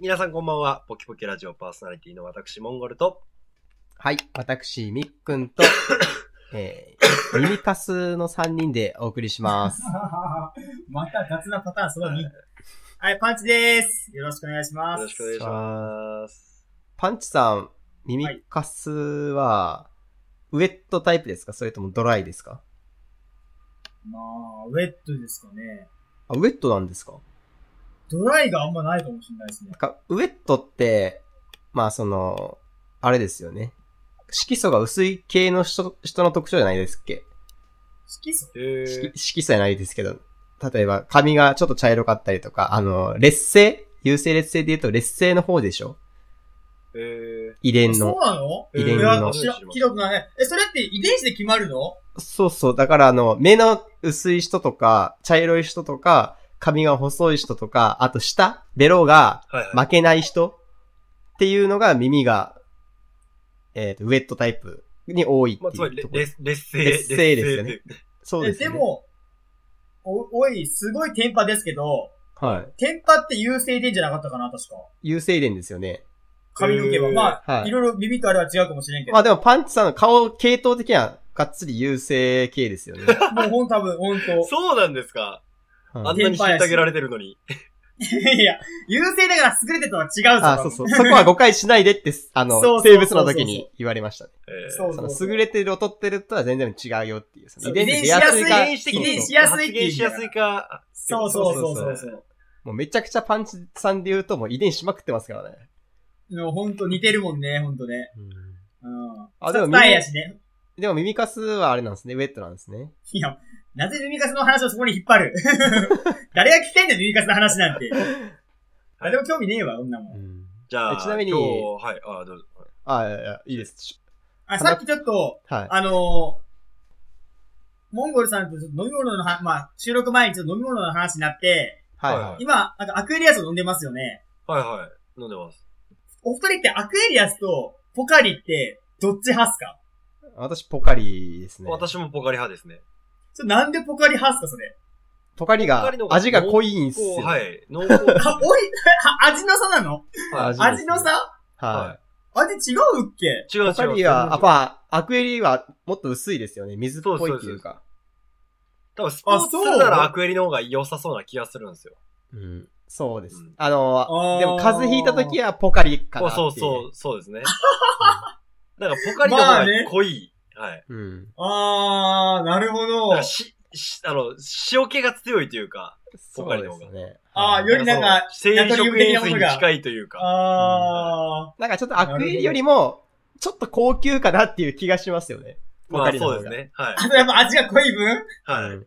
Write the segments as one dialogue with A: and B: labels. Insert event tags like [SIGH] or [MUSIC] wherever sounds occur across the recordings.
A: 皆さんこんばんは。ポキポキラジオパーソナリティの私、モンゴルと、
B: はい、私、みっくん
A: [COUGHS]
B: と、えー、耳かすの3人でお送りし
A: [COUGHS]
B: ます。
C: [LAUGHS] また雑なパターン、その2。はい、パンチでーす。よろしくお願いします。
A: よろしくお願いします。
B: パンチさん、耳かすは、ウェットタイプですかそれともドライですか
C: まあ、ウェットですかね。
B: あ、ウェットなんですか
C: ドライがあんまないかもしれないですね
B: なん。か、ウェットって、まあその、あれですよね。色素が薄い系の人人の特徴じゃないですっけ、
C: 色素
A: えー
B: 色、色素じゃないですけど、例えば髪がちょっと茶色かったりとか、あの、劣勢優性劣性で言うと劣勢の方でしょ
A: えー、
B: 遺伝の
C: そう。なの
B: 遺伝の
C: いや、知ら、聞いたことないね。え、それって遺伝子で決まるの
B: そうそう。だから、あの、目の薄い人とか、茶色い人とか、髪が細い人とか、あと舌、ベロが
A: はいはい。
B: 負けない人っていうのが耳が、えっ、と、ウェットタイプに多い
A: まあ、
B: っ
A: つ
B: て
A: ま
B: いう
A: り
B: と、ころ。
A: 劣劣勢。
B: 劣勢ですよね
A: 劣勢。
B: そう
C: え
B: です
C: で
B: よね。
C: も、お、おい、すごいテンパですけど、
B: はい。
C: テンパって優性遺伝じゃなかったかな、確か。
B: 優性遺伝ですよね。
C: 髪の毛は。
A: えー
C: まあ、、
B: はいい。
C: ろいろ耳とあれは違うかもしれんけど。
B: まあでも、パンチさんの顔、系統的には、がっつり優性系ですよ
C: [LAUGHS]
B: ね。
C: もうほん多分、ほんと。
A: そうなんですか。あ
B: は
A: ん
B: い
A: なに虐げられてるのに。
C: いや、優勢だから優れてるとは違うぞ。
B: あ、そうそう。そこは誤解しないでって、
C: [LAUGHS]
B: あ
C: そう
B: の、
C: そうそう
B: 生
C: そう
B: 物の時に言われましたね。
A: え
C: そう
B: その、優れてる、劣ってるとは全然違うよっていう。その
C: そう遺
B: が
C: 伝子的に
B: そうそう
C: しやすい
A: 発言しやすいか。
C: [LAUGHS] そうそうそうそう
A: そ
C: そうう。
B: もうめちゃくちゃパンチさんで言うともう遺伝子まくってますからね。
C: でもほんと似てるもんね、ほんとね。うん。
B: あでも
C: 二重やしね。
B: でも耳かすはあれなんですね。ウェットなんですね。
C: いや、なぜ耳かすの話をそこに引っ張る [LAUGHS] 誰が聞けんねん、耳かすの話なんて。誰も興味ねえわ、こんなもん。
A: じゃあ、
B: えちなみに
A: 今日はい、あどうぞ。
B: あいやいやいいです。
C: あ、さっきちょっと、
B: はい。
C: あのーモンゴルさんとちょっと飲み物のは、まあ、収録前にちょっと飲み物の話になって、
B: はい。
A: は
B: はいい、
C: 今、なんかアクエリアスを飲んでますよね。
A: はいはい。飲んでます。
C: お二人ってアクエリアスとポカリってどっち派っすか
B: 私、ポカリですね。
A: 私もポカリ派ですね。
C: それなんでポカリ派っすか、それ。
B: ポカリ
A: ポカ
B: が
A: リの方が
B: 味が濃いんです
A: こ
B: よ。
A: う、はい。濃
B: [LAUGHS]
A: 厚。は
C: あ、おい、あ味の差なの
A: い
B: 味です
C: 味
B: ね
C: の差
B: は
C: 味違うっけ
A: 違う違う。
B: い。ポカリは、あ、
A: パ
B: まあ、アクエリはもっと薄いですよね。水っぽいっていうか。
A: 多分スポーツするならアクエリの方が良さそうな気がするんですよ。
B: うん。そうです
A: うん。
B: あの
C: あー
B: ー、でも風邪ひいた時はポカリかなってい。
A: そううそう、そうですね。なんかポカリの方が濃い。はい。
B: う。うん。
C: あー、なるほど
A: なんか。し、し、あの、塩気が強いというか、
B: そうです
A: ポカ
B: ね。
C: あーよりなんか
A: その生理食塩水に近いというか。
C: あ
B: なんかちょっとアクエリよりも、ちょっと高級かなっていう気がしますよね。
A: まあ
B: ポカリの
A: そ
B: 方
A: う
B: が
A: ですね。はい
C: ー。。あとやっぱ味が濃い分
A: はい。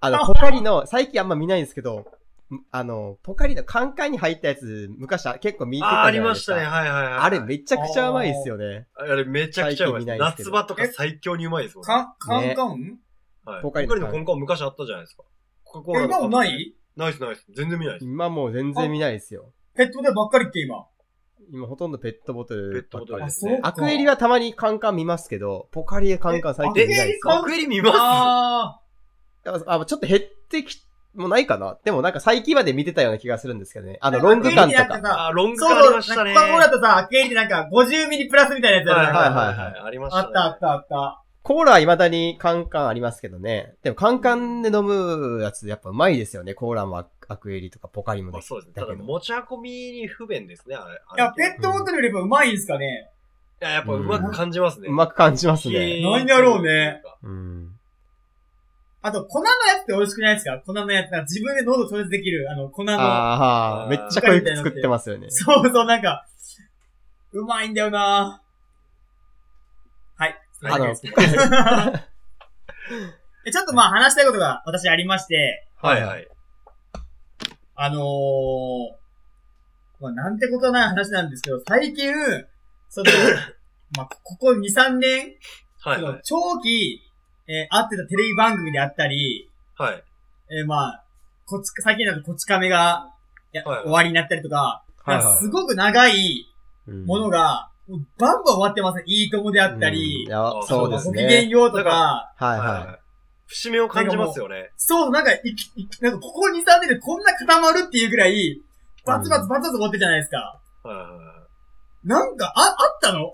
B: あの、ポカリの、最近あんま見ないんですけど、あの、ポカリのカンカンに入ったやつ、昔は結構見てたじ
A: あー、あ
B: ゃない
A: り
B: で
A: ますし
B: か。
A: たね。はいはいはい。
B: あれめちゃくちゃうまいですよね。
A: あれめちゃくちゃうまいです。
B: 最近見ないですけ
A: 夏
B: ど
A: 場とか最強にうまいですもんね。
C: か、カンカン、
A: はい。
B: ポ
A: ポ
B: カ
A: カ
B: リ
A: リ
B: の
A: のコンコン昔あったじゃないですか。コカ・コー
C: え、
A: ラ
C: 今もない
A: ナイスナイス。全然見ないです。
B: 今もう全然見ないですよ。
C: ペットボトルばっかりって今。
B: 今ほとんどペットボト
A: ペッ
B: ル
A: ト
B: ばっ
A: ボト
B: か
A: ル
B: りで。
A: ですすね。
C: あ
B: アクエリはたまにカンカン見ますけど、ポカリでカンカン最近見ないです
C: そうか
A: アクエリ見ます
C: あ
B: だからあ、ちょっと減ってき、もうないかなでもなんか最近まで見てたような気がするんですけどね。あ
C: ー。
B: の、ロング缶と
C: なん
B: か。
C: さ
A: あー、ロング
C: そう
A: カあり
C: そう、な
A: ま
C: ん
A: したね。
C: かコカ・コーラとさ、アクエリでなんか50ミリプラスみたいなやつだよ
A: はいは
C: ね
A: い
C: なんか
A: はいはい。ありまし
C: あ
A: たね。
C: ったあったあった。
B: コーラは未だにカンカンありますけどね。でもカンカンで飲むやつやっぱうまいですよね。コーラもアアクエリとかポカリも
A: まあ
B: だし
A: そうですね。
B: だ
A: た
B: け
A: だ
B: ど。
A: 持ち運びに不便ですね、あれ。
C: いや、ペットボトルよりもうまいんすかね。
A: いや、やっぱうまく感じますね。
B: うまく感じます
A: 冷え
B: ね。
C: なんやろうね。
B: うん。
C: あと、粉のやつって美味しくないですか粉のやつ。なんか自分で喉調節できる、あの、粉の。
B: ああ、めっちゃ濃く作ってますよね。
C: そうそう、なんか、うまいんだよなはい。
B: あの、
C: え、ちょっとまあ話したいことが私ありまして、
A: はいはい。
C: あのー、まあなんてことない話なんですけど、最近、その、まあここ2、3年、
A: はいは
C: その
A: い。
C: 長期、えー会ってたテレビ番組であったり、
A: はい。
C: えーまあ、こっち、最近だとこち亀が、いや、
A: はいはい
C: 終わりになったりとか、
B: はい
C: なんか
B: は
C: すごく長い
B: い。
C: もの
B: が
C: が、もうバンバン終わってますね。いいともであったり、
A: あ
B: そうです
C: ごきげん
B: ね。
C: ようと
A: だか
C: か、
B: はい
A: は。
B: はい
A: 節目を感じますよね。
C: そう、なんか、いき、いきなんか、ここ2、3年でこんな固まるっていうぐらい、バツバツバツバツ持ってじゃないですか。
A: はいはいは
C: なんか、あ、あったの [LAUGHS] こ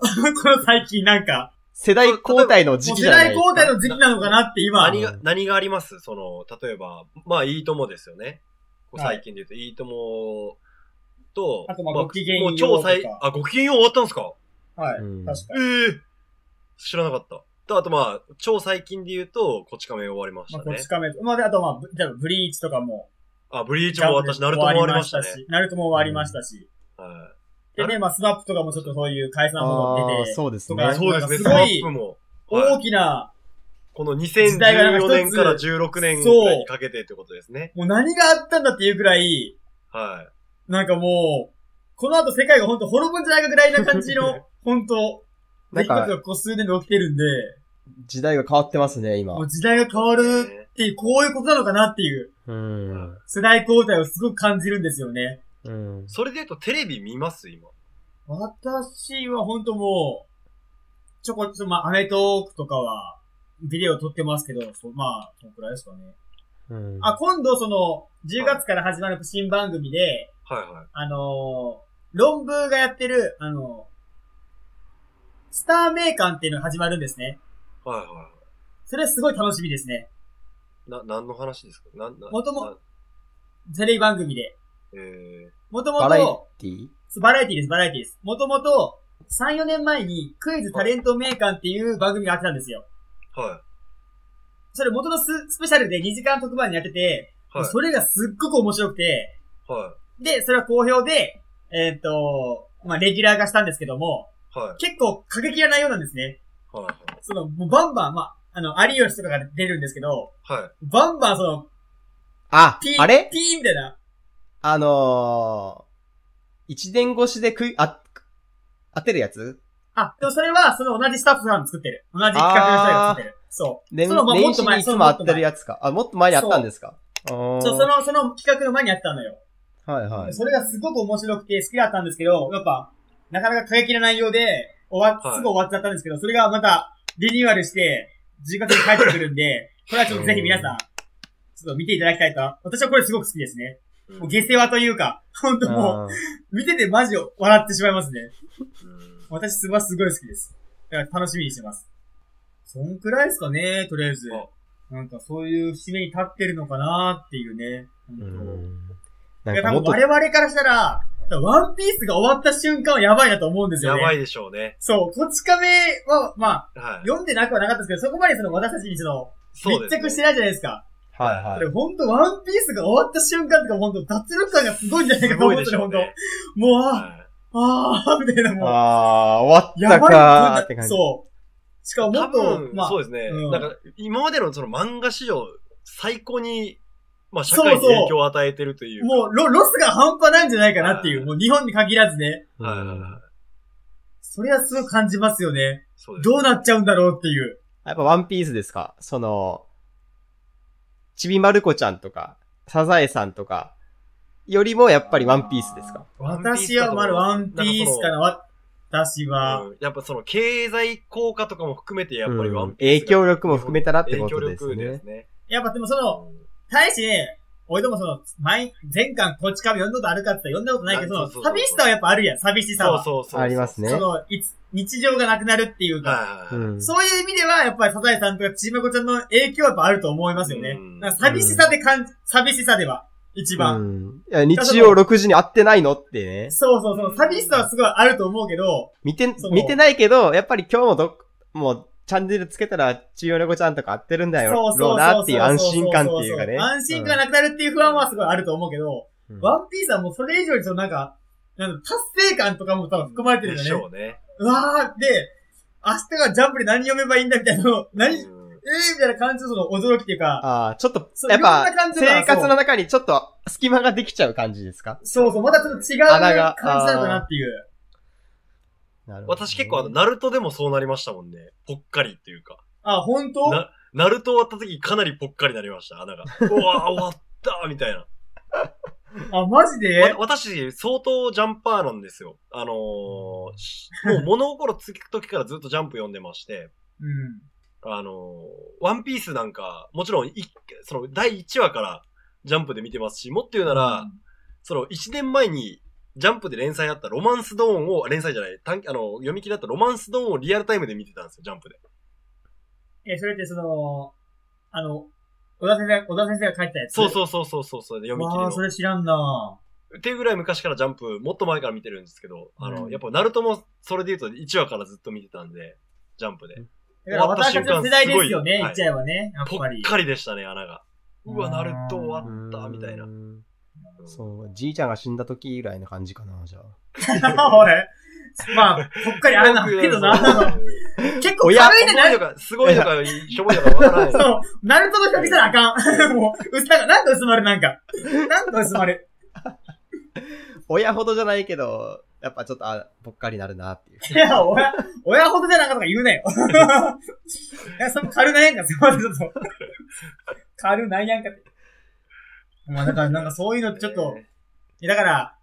C: の最近なんか。
B: 世代交代の時
C: もう
B: 期
C: 世
B: じゃない
C: 代
B: です
C: 交
B: か。
C: 代の時期なのかなって今。
A: い。何が、何がありますその、例えば、まあ、いいともですよね。こう
C: はい
A: 最近で言うと、いいともと、
C: あとまあごきげんよう
A: もう超最
C: とか、
A: あ、ご機嫌よう終わったんですか
C: はい。
B: うん
C: 確か
A: ええ
C: に。
A: 知らなかった。と、あとまあ、超最近で言うと、こち亀終わりまし
C: まあ、
A: た
C: こ
A: ね
C: ち。亀と。まあ、であとまあ、ぶ例えばブリーチとかも。
A: あ、ブリーチも私、ナルトも終わりましたね。
C: し。ナルトも終わりましたし。
A: は
C: でね、まあ、スマップとかもちょっとそういう解散もの
B: あ
C: が
B: あ
C: 出、て、
B: そうです
A: い
C: は
B: ね
C: い。
A: そうですね、ス
C: な
A: マ
C: んかすごい
A: ップも。はい
C: 大きな、
A: この
C: 時代がなん
A: 2014
C: か一つ
A: 年から16年ぐらいにかけてってことですね。
C: もう何があったんだっていうくらい、
A: は
C: なんかもう、この後世界が本当滅ぶんじゃないかぐらいな感
B: [LAUGHS]
C: じの、本当
B: な
C: 出
B: ん
C: 来事
B: か、
C: がここ数年で起きてるんで、
B: 時代が変わってますね、今
C: も。う時代が変わ
A: い。
C: るっていう、こういうことなのかなっていう、
B: うん。
C: 世代交代をすごく感じるんですよね。
B: うん。
A: それで言うとテレビ見ます今。
C: 私は本当もう、ちょこちょこ、まあ、アメトークとかは、ビデオ撮ってますけど、そうまあ、そのくらいですかね。
B: うん
C: あ、今度その、10月から始まる新番組で、
A: はいはい。
C: あのー論文がやってる、あのースター名鑑っていうのが始まるんですね。
A: はいは
C: それはすごい楽しみですね。
A: い。な、何の話ですかなん、な、
C: もとも
A: な
C: テレビ番組で。
A: えー、
C: もとも
B: バラエ
C: と、
B: ティ
C: そうバラエティです、バラエティです。もともと、3、4年前にクイズタレント名鑑っていう番組があってたんですよ。
A: は
C: それ元のススペシャルで2時間特番にやってて、
A: い。はい。
C: それがすっごく面白くて、
A: は
C: で、それは好評で、えーっ、と、まあ、レギュラー化したんですけども、
A: い。はい。
C: 結構過激な内容なんですね。
A: はい。
C: その、もうバンバン、まあ、あの、有吉とかが出るんですけど、
A: はい。
C: バンバンその、
B: あ
C: ピ、ー、
B: あれ
C: ピーみたいな。
B: あのー、一年越しで食い、あ、当てるやつ
C: あ、でもそれは、その同じスタッフさんが作ってる。同じ企画の人が作ってる。そう。
B: 年
C: その、まあ、も
B: 年
C: っと
B: 始
C: 前、
B: にい
C: そ
B: つ
C: の
B: も
C: も
B: あ
C: っと
B: ってる
C: 前。
B: やつか。あ、もっと前にあったんですかそ
C: そう、その、その企画の前にやってたのよ。
B: はいはい。
C: それがすごく面白くて好きだったんですけど、やっぱ、なかなか過激な内容で、終わ
A: はい
C: すぐ終わっちゃったんですけど、それがまた、リニューアルして、10月に帰ってくる
A: [LAUGHS]
C: んで、これはちょっとぜひ皆さん、ちょっと見ていただきたいと。私はこれすごく好きですね。
A: うん
C: もう下世話というか、本当
B: うん
C: もう、見ててマジ笑ってしまいますね。
A: うん
C: 私、すばすごい好きです。だから楽しみにしてます。そんくらいですかね、とりあえず
A: あ。
C: なんかそういう節目に立ってるのかなっていうね。
B: う
C: 本当
B: ん
C: い
B: なん
C: や、
B: か
C: 多
B: も
C: 分
B: っと
C: 我、々からしたら、ワンピースが終わった瞬間はやばいなと思うんですよ
A: や
C: ね。
A: ば
C: い。
A: いでしょうね。
C: そう、こち亀は、まあ、
A: はい。
C: 読んでなくはなかったですけど、そこまでその私たちにその、
A: そうです、
C: 密
A: ね。
C: 着してないじゃないですか。
B: はい
C: こ
B: はい
C: れ。ほんとワンピースが終わった瞬間とかほんと脱力感がすごいんじゃない
A: す
C: かと
A: ご
C: 思
A: い
C: っ
A: で
C: て
A: し
C: る、ほ
A: ょうん
C: と。
A: ね。
C: もう、あ
A: は
C: あー、みたいなもう、
B: あー、終わっ
C: や
B: た
C: ばい
B: かーって感じ。
C: そう。しかも
A: い
C: も
A: 多
C: っと
A: 分、、
C: まあ
A: そう、ですね。
C: うん
A: なんか、今までのその漫画史上、最高に、まあ、社会に
C: そうそう
A: 影響を与えてるというか。
C: もうロロスが半端ないんじゃないかなってい
A: は
C: う、
A: い
C: もう日本に限らずね。
B: う
A: はいはい
B: ん
A: はい。
C: それはすごく感じますよね。
A: そうです。
C: どうなっちゃうんだろうっていう。
B: やっぱワンピースですかその、ちびまる子ちゃんとか、サザエさんとか、よりもやっぱりワンピースですか
C: 私はまだワンピースかな、わ私は。
A: うんやっぱその経済効果とかも含めて、やっぱりワ
B: う
A: ン
B: ん
A: ピー
B: 影
A: スが
B: 響力も含めたらってことです
A: 影響力で
B: ね
A: す。ね。
C: やっぱでもその、大してね、俺でもその、前、前巻こっち壁読んだことあるかって言ったら読んだことないけ
A: あ
C: ど、
A: そう
C: そ
A: そう
C: の
A: そう
C: 寂しさはやっぱあるやん、寂しさ
A: そ
C: は。
A: うそうそう。
B: ありますね
C: その、いつ、日常がなくなるっていうか、
A: はいはいはい。
B: うん
C: そういう意味では、やっぱりサザエさんとかちびまこちゃんの影響はやっぱあると思いますよね。
A: うん
C: なんか寂しさで感じ、寂しさでは、一番。
B: うんいや日曜6時に会ってないのってね。
C: そうそうそう、寂しさはすごいあると思うけど、
B: 見て
C: そ、う
B: 見てないけど、やっぱり今日もどっ、もう、チャンネルつけたら、ちよりこちゃんとか会ってるんだよ、
C: そう
B: ろ
C: そうう
B: な
C: そ
B: っ
C: う
B: ていう安心感っていうかね。
C: 安心感がなくなるっていう不安はすごいあると思うけど、
B: うん
C: ワンピースはもうそれ以上にそのなんか、なんだ達成感とかも多分含まれてる
A: で
C: よ
A: し
C: ね。
A: ょうね。
C: うわー、で、明日がジャンプで何読めばいいんだみたいなの、 [LAUGHS] 何、えー
A: うん
C: みたいな感じのその驚きっていうか、
B: ああ、ちょっと
C: そ、う
B: やっぱ
C: いろんな感、じが
B: 生活の中にちょっと隙間ができちゃう感じですか
C: そうそう、またちょっと違う感じ
B: 穴が
C: なのかなっていう。
B: なるほどね
A: 私結構あの、ナルトでもそうなりましたもんね。ぽっかりっていうか。
C: あ、本当
A: な、ナルト終わった時かなりぽっかりになりました、
C: [LAUGHS]
A: 穴が。うわー終わったみたいな。
C: あ、マジで
A: わ私、相当ジャンパーなんですよ。あのーしもう物心つく時からずっとジャンプ読んでまして。
C: うん。
A: あの、ワンピースなんか、もちろん、いその、第1話からジャンプで見てますし、もっと言うなら、その1年前にジャンプで連載だったロマンスドーンを、連載じゃない、短あの、読み切りだったロマンスドーンをリアルタイムで見てたんですよ、ジャンプで。
C: え、それってその、あの、小田先生、小田先生が書いてたやつ。
A: そう
C: う。
A: そうそうそうそう、それで読み切り
C: わあ、そ
A: の。
C: れ知らんな
A: っていうぐらい昔からジャンプ、もっと前から見てるんですけど、あの、
C: うん
A: やっぱナルトもそれで言うと1話からずっと見てたんで、ジャンプで。
C: だから
A: 終わった
C: 私た
A: 瞬
C: ち
A: 間
C: の世代ですよ
A: すご
C: ね、
A: い
C: 言っちゃえばね。や
A: ぽっ
C: っぱり。
A: かりでしたね、穴が。う
C: う
A: わ、
C: ん
A: ナルト終わった、
B: ん
A: みたいな。。
B: そう、じいちゃんが死んだ時以来の感じかな、じゃあ。
C: おい。まあ、ぽっかりあれなんだけどな。結構軽いね、な
A: すごい
C: る
A: のか、すごいのか、しょぼいのかわからない。
C: [LAUGHS] そう。ナルトの人見たらあかん。 [LAUGHS] もう、うなんか、なんか薄まる、なんか。なんか薄まる。
B: 親ほどじゃないけど、やっぱちょっと、あ、ぽっかりなるなっていう。
C: いや、親、親ほどじゃなんかとか言うなよ。 [LAUGHS] いや、その軽なんやんかって、まずちょっと。軽なんやんかって。まあ、だからなんかそういうのちょっと、いやだから、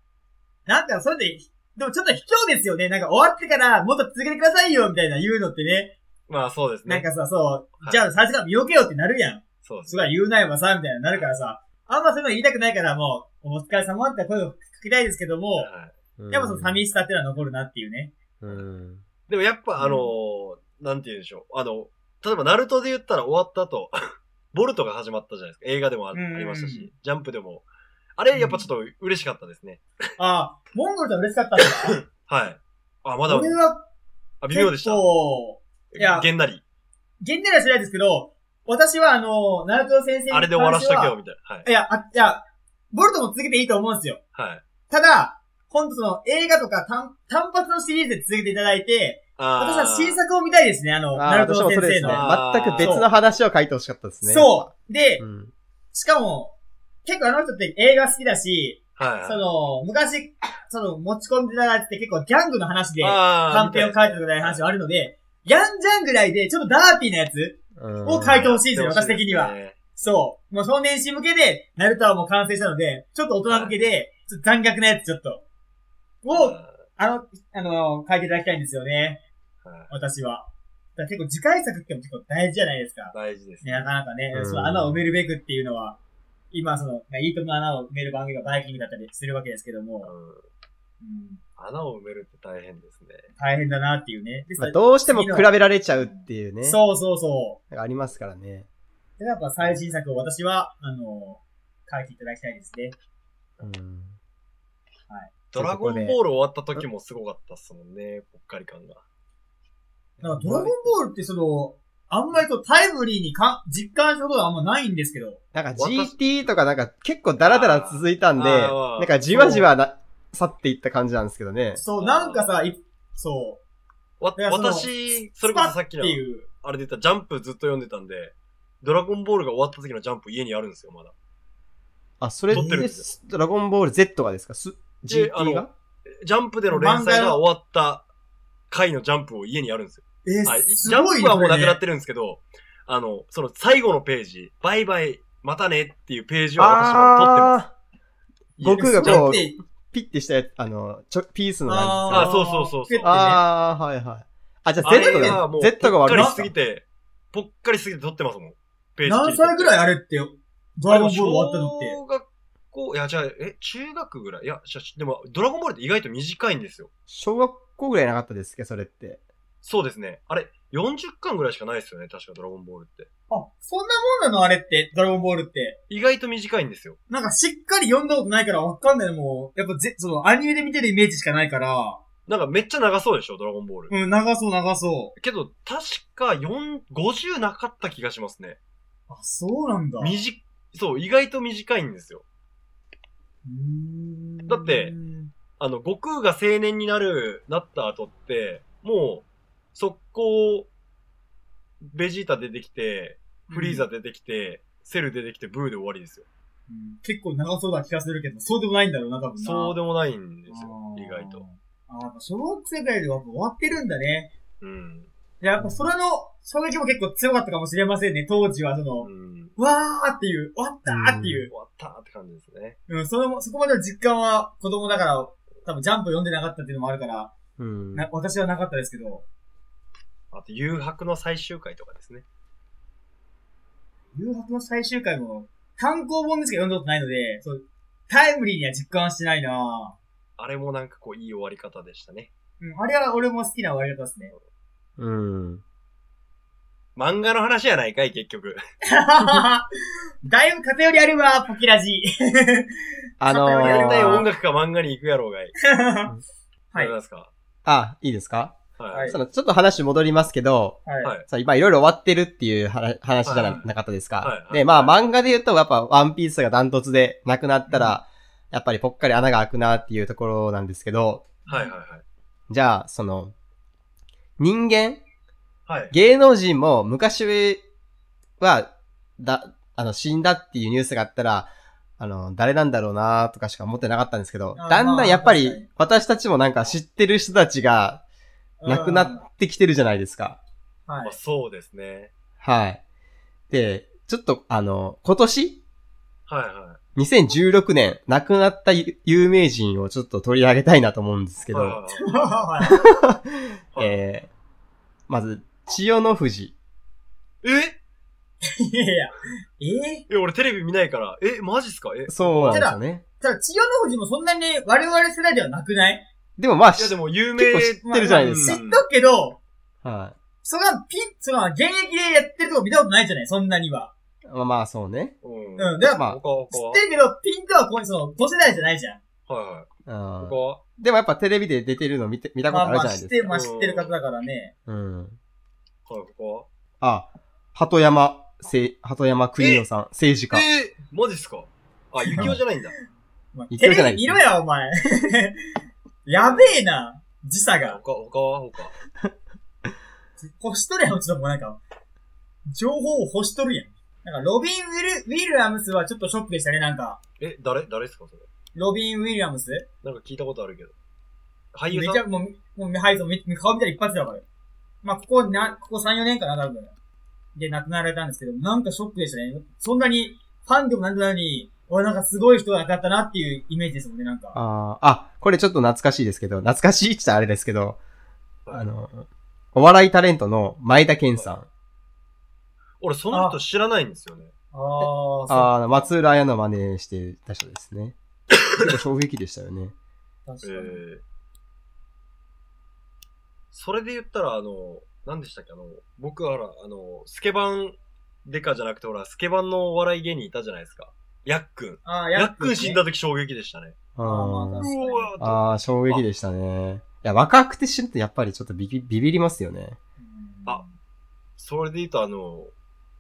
C: なんかそれで、でもちょっと卑怯ですよね。なんか終わってからもっと続けてくださいよ、みたいな言うのってね。
A: まあそうです
C: なん
A: ね。
C: かさ、そう、
A: はい
C: じゃあ最初から見よけよってなるやん。
A: そうです
C: すごい言うなよばさ、みたいななるからさ。あんまそういうの言いたくないからもう、お疲れ様って声をかけたいですけども、
A: はい
C: [LAUGHS] やっぱその寂しさっていうのは残るなっていうね。
B: うん。
A: でもやっぱあのー、なんて言うんでしょう。あの、例えばナルトで言ったら終わった後、 [LAUGHS] ボルトが始まったじゃないですか。映画でもああ
C: うん
A: りましたし、ジャンプでも。あれ、やっぱちょっと嬉しかったですね。
C: ああ、モンゴルとは嬉しかったんだ。
A: はい。あ、まだ
C: 俺、は
A: あ、微妙でし
C: 結
A: た。
C: 構、いや
A: げんなり。
C: 現代は知らないですけど、私はあの、ナルト先生に関しては
A: あれで終わらしたけど、みたいな。はい。
C: いや、あ、いや、ボルトも続けていいと思うんですよ。
A: はい。
C: ただ、本当その映画とか単単発のシリーズで続けていただいて、
A: あ
C: 私
A: ー
C: は新作を見たいですね、あ
B: あ
C: の、ナ
B: あ、
C: ルト
B: 私も
C: 先
B: それで
C: 生
B: すね。
A: あ
C: の。
A: ー
B: 全く別の話を書いてほしかったですね。
C: そう。で
B: う、ん。
C: しかも、結構あの人って映画好きだし、
A: はいはい。
C: その、昔、その、持ち込んでいただいてて結構ギャングの話で、
A: あ
C: 短編を書いてたぐらいの話はあるので、ギャンジャンぐらいで、ちょっとダーティーなやつ
B: うん
C: を書いてほしいんですよ、私的には。
A: ね
C: そう。もう少年誌向けで、ナルトはもう完成したので、ちょっと大人向けで、ちょっと残虐なやつちょっと。を、あの、あの、書いていただきたいんですよね。
A: はい
C: 私は。だから結構次回作っても結構大事じゃないですか。
A: 大事です
C: ね、
A: ね。
C: なかなかね
B: う、ん
C: その穴を埋めるべくっていうのは、今その、ねいいともの穴を埋める番組がバイキングだったりするわけですけど
A: う
C: も、
A: ん
C: うん、
A: 穴を埋めるって大変ですね。
C: 大変だなっていうね。で
B: まあどうしても比べられちゃうっていうね。。
C: そうそうそう
B: ありますからね。
C: う。で、やっぱ最新作を私は、あの、書いていただきたいですね。
B: うん。
A: ドラゴンボール終わった時もすごかったっすもんね、ぽっかり感が。
C: なんかドラゴンボールってその、あんまりこうタイムリーにかん実感したことはあんまないんですけど。
B: なんか
A: 私
B: GT とかなんか結構ダラダラ続いたんで、
A: あーあー
B: なんかじわじわな去っていった感じなんですけどね。
C: そう、
A: あー
C: なんかさ、いそう。
A: わ
C: いやその
A: 私、それこそさっき
C: スパ
A: の
C: って、いう。
A: あれで言ったジャンプずっと読んでたんで、ドラゴンボールが終わった時のジャンプ家にあるんですよ、まだ。
B: あ、それ
A: 撮ってるんで
B: で、
A: す
B: ドラゴンボール Z がですかす
A: で
B: ?GT
A: あの
B: が
A: ジャンプでの連載が終わった回のジャンプを家にあるんですよ。
C: え
A: はい。
C: ー、
A: ジ
C: す
A: ャン
C: ごい。
A: プはもうなくなっててるんですけど、あの、その最後のページ、バイバイ、またねっていうページを私は撮ってます。
B: あー悟空が
C: それ
B: こ
C: っ
B: う、
C: て、
B: ピッてしたやつ、あの、ちょ、ピースのなんです
A: あ
B: か
A: ーそうそうそうそう
C: ペッてね
B: あー、はいはい。あ、じゃあ
A: あ
B: Z
A: れは
B: が
A: もう、、
B: Z が
A: ぽっか
B: 悪い
A: り
B: っ
A: し
B: す
A: す
B: か
A: ぎて、ぽっかりしすぎて撮ってますもん。ページ
C: 何歳ぐらいあれって、ドラゴンボール終わったのっ
A: あで
C: て。
A: も小学校、いや、じゃあ、え、中学ぐらいいや、しゃしでも、ドラゴンボールって意外と短いんですよ。
B: 小学校ぐらいなかったですっけ、それって。
A: そうですね。あれ、40巻ぐらいしかないですよね、確かドラゴンボールって。
C: あ、そんなもんなのあれって、ドラゴンボールって。
A: 意外と短いんですよ。
C: なんかしっかり読んだことないからわかんないもう。やっぱぜ、その、アニメで見てるイメージしかないから、
A: なんかめっちゃ長そうでしょ、ドラゴンボール。
C: うん、長そう長そ
A: けど、確か4、50なかった気がしますね。
C: う。あ、そうなんだ。
A: みじ、そう、意外と短いんですよ。
C: うーん
A: だって、あの、悟空が青年になる、なった後って、もう、速攻、ベジータ出てきて、フリーザ出てきて、セル出てきて、ブーで終わりですよ。
C: うん結構長そうな気がするけど、そうでもないんだろうな、多分な。
A: そうでもないんです
C: あ
A: よ、
C: ー
A: 意外と。。
C: あーやっぱ小学生ぐらいでは終わってるんだね。
A: うん。
C: でやっぱそれの衝撃も結構強かったかもしれませんね、当時はその、
A: うん。
C: わーっていう、終わったーっていう
A: 終、わったーって感じですね。
C: うん、その、そこまでの実感は子供だから、多分ジャンプ読んでなかったっていうのもあるから、
B: うん。
C: な私はなかったですけど、
A: あと、誘白の最終回とかですね。
C: 誘白の最終回も、単行本でしか読んだことないので、そう、タイムリーには実感してないな
A: あれもなんかこう、いい終わり方でしたね。
C: うん、あれは俺も好きな終わり方ですね。 [LAUGHS]
B: うん。
A: 漫画の話やないかい、結局。
C: だいぶ偏りあるわ、ポキラジ。 [LAUGHS]
B: あの
C: あー
A: やりたい音
B: ー、
A: 楽か漫画に行くやろうがい。
C: は
A: あ
C: い。
A: り
C: は
A: ますか
B: あ、いいですか、
A: はい。
B: その、ちょっと話戻りますけど、
C: い。
A: はい
B: そう今いろいろ終わってるっていう話話じゃ
A: は
B: ないなかったです
A: はいはい
B: か
A: は。い
B: で、まあ漫画で言うと、やっぱワンピースがダントツでなくなったら、やっぱりぽっかり穴が開くなっていうところなんですけど、
A: はいはい
B: じゃあ、その、人間
A: はい。はい。
B: 芸能人も昔は、だ、あの、死んだっていうニュースがあったら、あの、誰なんだろうなとかしか思ってなかったんですけど、
C: あー
B: だんだんやっぱ
C: まあ確
B: り、私たちもなんか知ってる人たちが亡くなってきてるじゃないですか。
C: た。は
A: まあ、
C: い。 [LAUGHS]
A: そうですね。
B: はい。で、ちょっとあの、今年
A: はいは
B: ?2016 年、亡くなった有有名人をちょっと取り上げたいなと思うんです
A: い。
B: け
A: はいはい
B: ど、
A: はい
B: [LAUGHS]
A: はい
B: えー、まず、千代の富士。
A: え
C: いやいや。ええ
A: え、俺テレビ見ないから。え、マジっすかえ
B: そうなんですよね。
C: ただ、千代の富士もそんなに我々世代ではなくない
B: でもまあ、
A: いや
B: し
A: でも有名。
B: 結構知ってるじゃないです
C: 知
B: か。
C: っとくけど、
B: はい。
C: そがピン、そが現役でやってるとこ見たことないじゃないそんなには。
B: まあまあ、そうね。
A: うん。
C: うん。だから、
B: まあ
A: 他は
C: 知
A: 他は
C: ってるけど、ピンとはこういう、その、5世代じゃないじゃん。
A: はいはい。
B: うん
A: 他は
B: でもやっぱテレビで出てるの見て見たこ
C: ま
B: と
C: あ
B: ある
C: ま
B: じゃ
C: あ
B: ない
C: 知っ
B: です
C: て、
B: か。
C: まあ知ってる方だからね。
B: うん。
A: はい、他は
B: あ、鳩山、せ、鳩山国夫さん、政治家。
A: えー、マジっすかあ、ゆきおじゃないんだ。
C: まあ
B: 言って
C: テ
B: るじゃな
C: レ
B: い
C: ビ
B: で
C: 見
B: す
C: ろ
B: か
C: や、お前。 [LAUGHS] やべえな、時差が。
A: 他、他は他。
C: 欲しとるやん、ちょっともうなんか、情報を欲しとるやん。なんか、ロビン・ウィル、ウィリアムスはちょっとショックでしたね、なんか。
A: え、誰誰っすかそれ。
C: ロビン・ウィリアムス
A: なんか聞いたことあるけど。俳優
C: め
A: さ
C: ち
A: ん
C: ゃ、もう、もう、はい、そう、め顔見たら一発だから。まあ、ここな、ここ3、4年かな、多分。で、亡くなられたんですけど、なんかショックでしたね。そんなに、ファンでもなんでもないのに、俺なんかすごい人が当たったなっていうイメージですもんね、なんか。
B: あーあ、これちょっと懐かしいですけど、懐かしいって言ったらあれですけど、
A: はい
B: あの、お笑いタレントの前田健さん。
A: 俺その人知らないんですよね。
C: あー、そう
B: ああ、松浦綾の真似してた人ですね。結構衝撃でしたよね。
A: え
C: 確かに。
A: ー、それで言ったら、あの、何でしたっけあの、僕はほら、あの、スケバンデカじゃなくて、ほら、スケバンのお笑い芸人いたじゃないですか。ヤックン。
C: あー、
A: ヤ
C: ヤ
A: ックン死んだ時衝撃でしたね。
B: あ
C: [LAUGHS] あーま
B: ー
C: 確かに
A: うわ
B: あー、衝撃でしたね。いや、若くて死ぬってやっぱりちょっとビビビビりますよね。
C: うん
A: あそれで言うと、あの、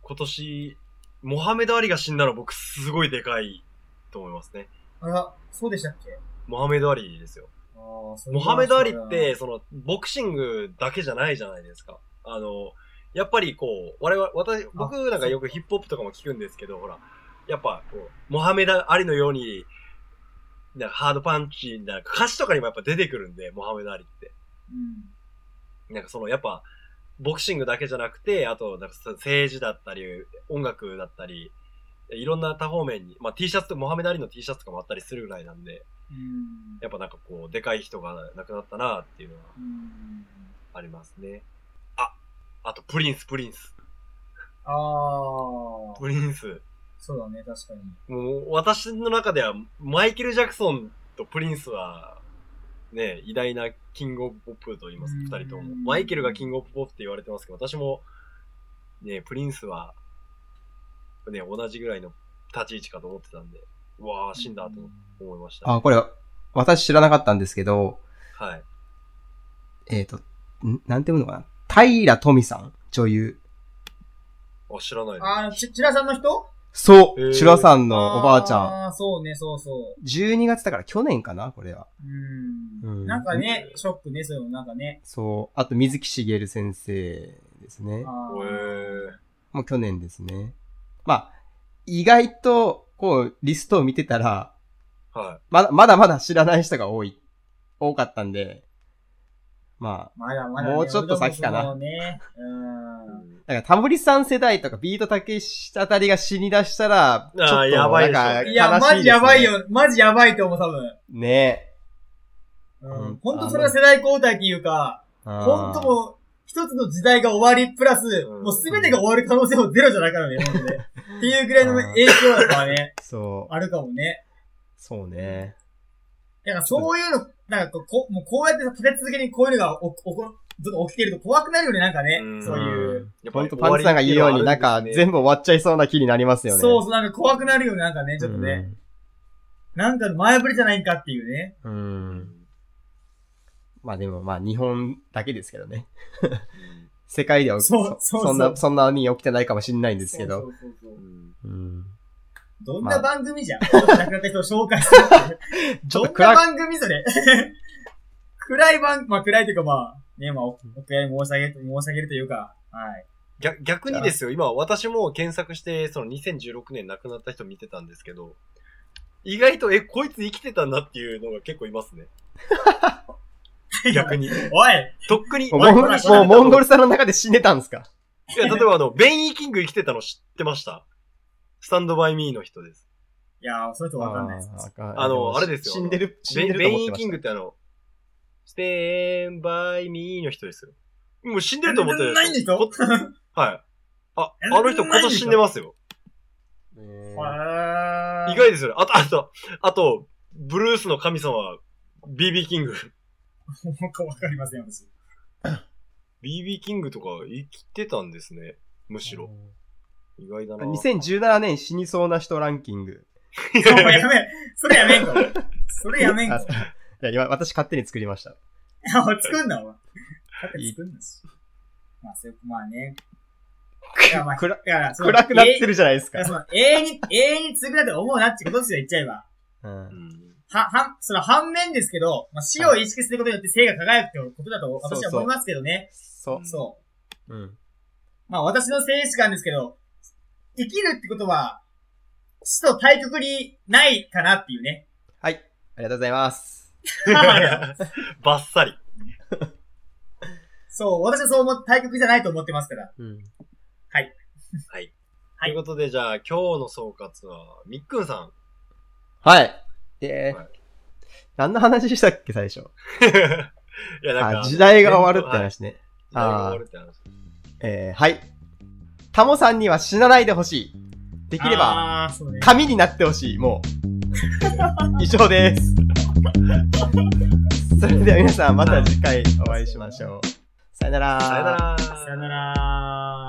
A: 今年、モハメド・アリが死んだの僕すごいでかいと思いますね。
C: あら、そうでしたっけ
A: モハメド・アリですよ。
C: あーそれ
A: モ
C: は
A: ハメド・アリって、その、ボクシングだけじゃないじゃないですか。あの、やっぱりこう、我々、私、僕なんかよくヒップホップとかも聞くんですけど、ほら、やっぱこう、モハメド・アリのように、なんかハードパンチ、なんか歌詞とかにもやっぱ出てくるんで、モハメド・アリって。
C: うん
A: なんかその、やっぱ、ボクシングだけじゃなくて、あと、なんかそ政治だったり、音楽だったり、いろんな多方面に、まあ T シャツと、モハメド・アリの T シャツとかもあったりするぐらいなんで、
C: うん
A: やっぱなんかこう、でかい人が亡くなったなっていうのは
C: うん
A: ありますね。あ、あとプリンス、プリンス。
C: ああ、
A: プリンス。
C: そうだね、確かに。
A: もう私の中ではマイケル・ジャクソンとプリンスは、ね、偉大なキングオブポップと言います、
C: うん
A: 二人とも。マイケルがキングオブポップって言われてますけど、私も、ね、プリンスは、ね、同じぐらいの立ち位置かと思ってたんで、うわー、死んだと思いました。
B: あ、これ、私知らなかったんですけど、
A: はい。
B: えっ、と、んなんていうのかな平富さん、女優。
A: あ、知らないです。
C: あー、ち、ちらさんの人
B: そ
A: へー
B: う、チュラさんのおばあちゃん。
C: ああ、そうね、そうそう。
B: 12月だから去年かなこれは。
C: う。
B: うんん
C: なんかね、ショックね、そういうの、なんかね。
B: そう。あと、水木しげる先生ですね。
C: あ
A: え
C: ー
A: ー、
B: もう去年ですね。まあ、意外と、こう、リストを見てたら、
A: は
B: まだ、まだまだ知らない人が多い、多かったんで、ま
C: まだまだね。
B: もうちょっと先かな
C: 俺らもそうね。
A: い。
C: うん。
B: あ、だからタモリさん世代とかビートたけしあたりが死に出したら、ちょっと
A: あーやばいでしょうね
B: なんか
C: いや、
B: [LAUGHS] 悲し
C: マ
B: ですね
C: ジやばい。よ。マジやばいと思う、多分。
B: ねえ。
C: う
B: うんん。
C: ほんとそれは世代交代っていうか、ほ
B: 本
C: んともう、一つの時代が終わり、プラス、
A: うん
C: もうすべてが終わる可能性もゼロじゃないからね、ほんとね。っていうぐらいの影響力はね、
B: そう。
C: あるかもね。
B: そうね。
C: だからそういうの、なんかこうこう、もうこうやって立て続けにこういうのがおおこずっと起きてると怖くなるよね、なんかね
A: う。ん
C: そういう。
A: やっ
B: ほんとパンチさんが言うように、なんか全部終わっちゃいそうな気になりますよね。
C: そう
B: う、
C: そう、なんか怖くなるよね、なんかね、ちょっとね。。なんかの前振りじゃないんかっていうね。
B: う。
A: うんん
B: まあでもまあ日本だけですけどね。 [LAUGHS] 世界では
C: そう
B: そ
C: そう
B: そん
C: そ
B: な、
C: う
B: そんなに起きてないかもしれないんですけ
C: そ
B: ど。
C: うそうそうそううん
B: うん
C: どんな番組じゃん、亡くなった人を紹介するって。
B: [LAUGHS] ちょっと
C: どんな
B: 暗く、
C: 番組それ。暗い番、まあ暗いというかまあ、ね、まあ、おお悔やみ申し上げ、申し上げるというか、はい。
A: 逆逆にですよ、今私も検索して、その2016年亡くなった人見てたんですけど、意外と、え、こいつ生きてたんだっていうのが結構いますね。逆に。
C: おい
A: とっくに、
B: もう
A: 前
B: モン
A: から死ん
B: も
A: で
B: う
A: た
B: モンゴルさんの中で死んでたんですか
A: いや、例えばあの、ベイン・キング生きてたの知ってましたスタンドバイミーの人です。
C: いやー、それとわかんないです。
B: あ
A: あのあれですよ
B: 死んでる、死
A: ベ
B: んで
A: イ
B: る
A: ベ
B: と思っ
A: イ
B: て
A: ン・キ
B: まし
A: ン
B: た
A: グっ。てあの、ステンバイミーの人ですよ。もう死んでると思ってる
C: ないんでしょ
A: こはい。あ、
C: え
A: あの人今年死んでますよ。
C: わー
A: 意
C: [LAUGHS]
A: 外ですよね。あと、あと、あと、ブルースの神様、BB キング。
C: なんかわかりません、私。
A: BB キングとか生きてたんですね。むしろ。意外だな。 [LAUGHS]
B: 2017年死にそうな人ランキング。
C: お前やめ、それやめんか。それやめん
B: あ
C: か。
B: いや今私勝手に作りました。
C: あ、作 [LAUGHS] んな、お前。だって作んなし。まあ、そういう、まあね。いやまあ
B: 暗
C: だから、その
B: 暗くなって
C: えい
B: るじゃないです
C: や
B: か。
C: その永遠に、永遠に償って思うなってことですよ、言っちゃえば。
B: うん
A: うん
C: は、は、その反面ですけど、まあ、死を意識することによって生が輝くってことだと私は思いますけどね。
B: そ。
C: そう
B: うん。
C: う。まあ、私の生死観ですけど、生きるってことは、死と対極にないかなっていうね。
B: はい。ありがとうございます。
A: バッサリ。
C: そう、私はそう思って、対局じゃないと思ってますから。
B: うん。
A: ということで、じゃあ今日の総括は、みっくんさ [LAUGHS] ん。
B: はい。えー
A: はい
B: 何の話したっけ、最初。
A: いや、なんか
B: あ、、時代が終わるって話ね。
A: 時代が終わるって話。
B: えー、はい。タモさんには死なないでほしい。できれば、
C: あー、そうね。
B: 神になってほしい、もう。以上です。それでは皆さん、また次回お会いしましょう。さよなら。
A: さよなら。
C: さよなら